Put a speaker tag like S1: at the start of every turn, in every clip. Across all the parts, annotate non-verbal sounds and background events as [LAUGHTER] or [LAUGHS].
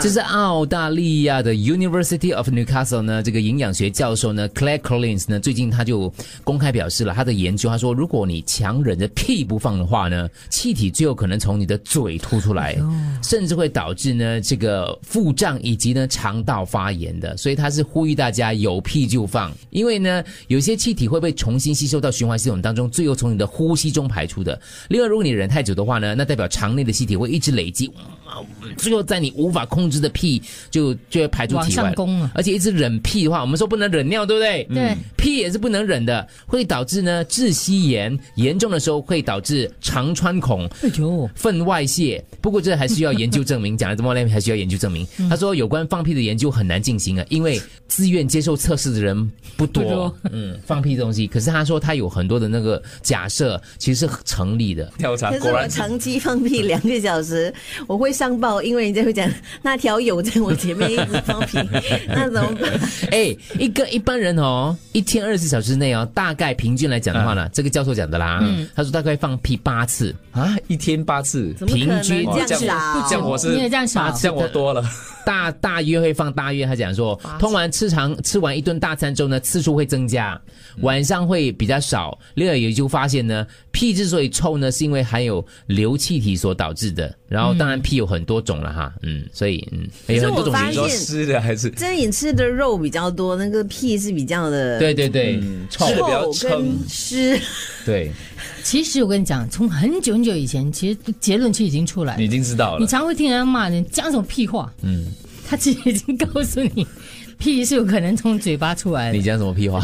S1: 这是澳大利亚的 University of Newcastle 呢，这个营养学教授呢，Claire Collins 呢，最近他就公开表示了他的研究，他说，如果你强忍着屁不放的话呢，气体最有可能从你的嘴吐出来，甚至会导致呢这个腹胀以及呢肠道发炎的，所以他是呼吁大家有屁就放，因为呢有些气体会被重新吸收到循环系统当中，最后从你的呼吸中排出的。另外，如果你忍太久的话呢，那代表肠内的气体会一直累积，最后在你无法控制的屁就就会排出
S2: 往
S1: 体外
S2: 上
S1: 了。
S2: 攻啊！
S1: 而且一直忍屁的话，我们说不能忍尿，对不对？
S2: 对
S1: 屁也是不能忍的，会导致呢窒息炎，严重的时候会导致肠穿孔、
S2: 哎呦，
S1: 分外泄。不过这还需要研究证明，讲了这么累，还需要研究证明。
S2: 嗯
S1: 他说有关放屁的研究很难进行啊，因为自愿接受测试的人不多。
S2: 不多
S1: 嗯，放屁这东西，可是他说他有很多的那个假设，其实是成立的。
S3: 调查
S4: 可是
S3: 啊果
S4: 我
S3: 然
S4: 长期放屁两个
S3: [LAUGHS]
S4: 小时，我会上报，因为人家会讲那条友在我前面一直放屁，那怎么
S3: [LAUGHS]
S4: 办？
S1: [LAUGHS] 哎，一个一般人哦，一天二十小时内哦，大概平均来讲的话
S4: 嗯
S1: 呢，这个教授讲的啦，他说大概放屁八次，
S3: 啊，一天八次，哦
S4: 怎么可能
S1: 平均
S4: 这
S3: 这
S4: 样
S3: 样这样
S4: 少？
S3: 我是
S2: 你也这样少
S3: 八次这样我多了，
S1: 大大约会放大约，他讲说，通完吃长吃完一顿大餐之后呢，次数会增加，
S4: 嗯
S1: 晚上会比较少。另外有就发现呢，屁之所以臭呢，是因为含有硫气体所导致的。然后当然屁有很多种了哈，嗯，所以嗯，有很多种原
S4: 嗯可是我发
S3: 你
S1: 因
S4: 现。
S3: 说湿的还是
S4: 这你吃的肉比较多，那个屁是比较的
S1: 对对对，臭
S3: 是比较
S4: 嗯臭跟
S3: 撑
S4: 湿。
S1: 对，
S2: 其实我跟你讲，从很久很久以前，其实结论就已经出来
S3: 你已
S2: 了。
S3: 经知道
S2: 你
S3: 了，
S2: 常会听人骂人讲什么屁话，嗯，他其实已经告诉你，屁是有可能从嘴巴出来的
S1: 你。讲什么屁话？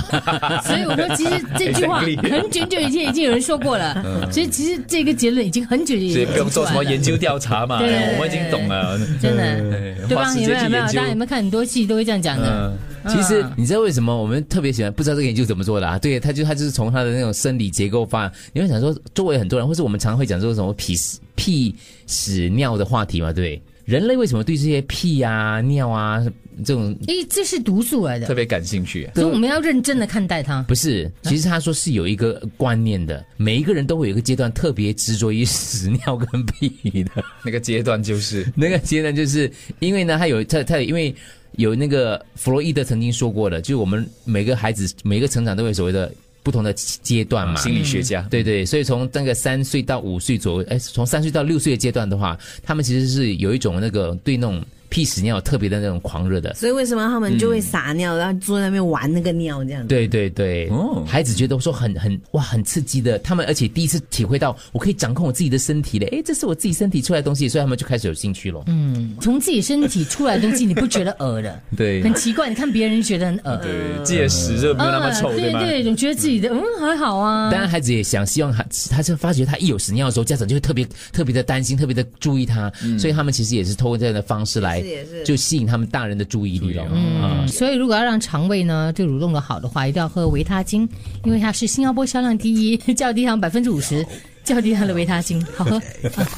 S2: 所以我
S3: [LAUGHS]
S2: 说，其实这句话
S3: Exactly 嗯
S2: 很久很久以前已经有人说过了，所以其实这个结论已经很久以
S3: 所以
S2: 前
S3: 不用做什么研
S2: 究，
S3: 究调查嘛，
S2: 对对对
S3: 我们已经懂了，
S2: 真的。
S3: 对
S2: 对
S3: 花
S2: 吧？
S3: 时
S2: 有没有？
S3: 间
S2: 有
S3: 去
S2: 没有？
S3: 研
S2: 大
S3: 究
S2: 家，有没有看很多戏都会这样讲的？
S3: 嗯，
S1: 其实你知道为什么我们特别喜欢不知道这个研究怎么做的啊？对，他就他就是从他的那种生理结构发，你会想说周围很多人，或是我们常会讲说什么屁屎屁屎尿的话题嘛，对不对？人类为什么对这些屁啊尿啊这种
S2: 因为这是毒素来的
S3: 特，别感兴趣，
S2: 所以我们要认真的看待它。
S1: 不是？其实他说是有一个观念的，每一个人都会有一个阶段特别执着于屎尿跟屁的。
S3: 那个阶段就是
S1: [LAUGHS] 那个阶段就是因为呢，他有他他有因为有那个弗洛伊德曾经说过的，就是我们每个孩子每个成长都有所谓的不同的阶段嘛。
S3: 心理学家，
S1: 对对，所以从那个三岁到五岁左右，哎，从三岁到六岁的阶段的话，他们其实是有一种那个对那种屁屎尿有特别的那种狂热的。
S4: 所以为什么他们就
S3: 嗯
S4: 会撒尿，然后坐在那边玩那个尿这样？
S1: 对对对，
S3: 哦
S1: 孩子觉得说很很哇很刺激的，他们而且第一次体会到我可以掌控我自己的身体嘞，哎，这是我自己身体出来的东西，所以他们就开始有兴趣了。嗯，
S2: 从自己身体出来的东西，你不觉得恶的，
S1: 对
S2: 很奇怪。你看别人觉得很恶，
S3: 对，自己的屎就没有那么臭，
S2: 啊
S3: 对
S2: 对
S3: 吗？
S2: 对，总觉得自己的嗯还好啊。
S1: 当然，孩子也想希望他，他就发觉他一有屎尿的时候，家长就会特别特别的担心，特别的注意他，所以他们其实也是透过这样的方式来
S4: 嗯是也，是哦
S1: 就吸引他们大人的注意力了。啊
S2: 嗯，所以如果要让肠胃呢就蠕动的好的话，一定要喝维他精，因为它是新加坡销量第一，较低糖百分之五十，较低糖的维他精，好
S3: [LAUGHS]
S2: 喝。啊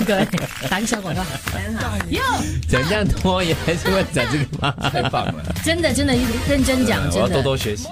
S2: 各位，打个小广告，哟，
S1: 讲
S3: [LAUGHS]
S1: 这样多也还是会讲这个吗？
S3: 太棒了，
S2: 真的真的认真讲，[LAUGHS]
S3: 我
S2: 真
S3: 要
S2: 的
S3: 多。多学习。